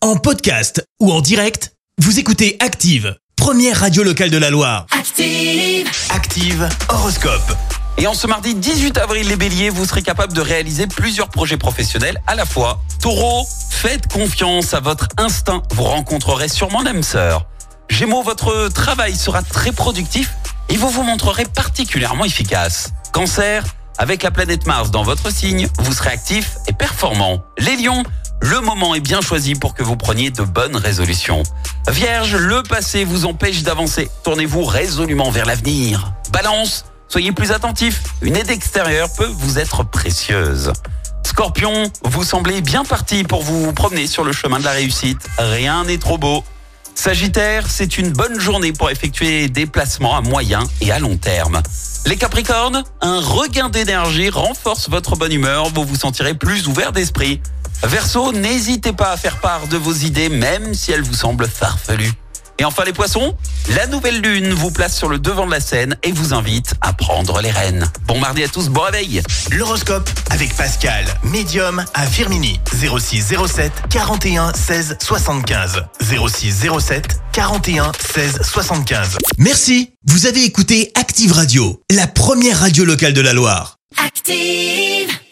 En podcast ou en direct, vous écoutez Active, première radio locale de la Loire. Active. Active Horoscope. Et en ce mardi 18 avril, les béliers, vous serez capable de réaliser plusieurs projets professionnels à la fois. Taureau, faites confiance à votre instinct, vous rencontrerez sûrement l'âme sœur. Gémeaux, votre travail sera très productif et vous vous montrerez particulièrement efficace. Cancer, avec la planète Mars dans votre signe, vous serez actif et performant. Les lions, le moment est bien choisi pour que vous preniez de bonnes résolutions. Vierge, le passé vous empêche d'avancer. Tournez-vous résolument vers l'avenir. Balance, soyez plus attentif. Une aide extérieure peut vous être précieuse. Scorpion, vous semblez bien parti pour vous promener sur le chemin de la réussite. Rien n'est trop beau. Sagittaire, c'est une bonne journée pour effectuer des placements à moyen et à long terme. Les Capricornes, un regain d'énergie renforce votre bonne humeur, vous vous sentirez plus ouvert d'esprit. Verseau, n'hésitez pas à faire part de vos idées même si elles vous semblent farfelues. Et enfin les Poissons, la nouvelle lune vous place sur le devant de la scène et vous invite à prendre les rênes. Bon mardi à tous, bon réveil L'horoscope avec Pascal, médium à Firmini, 06 07 41 16 75. 06 07 41 16 75. Merci, vous avez écouté Active Radio, la première radio locale de la Loire. Active.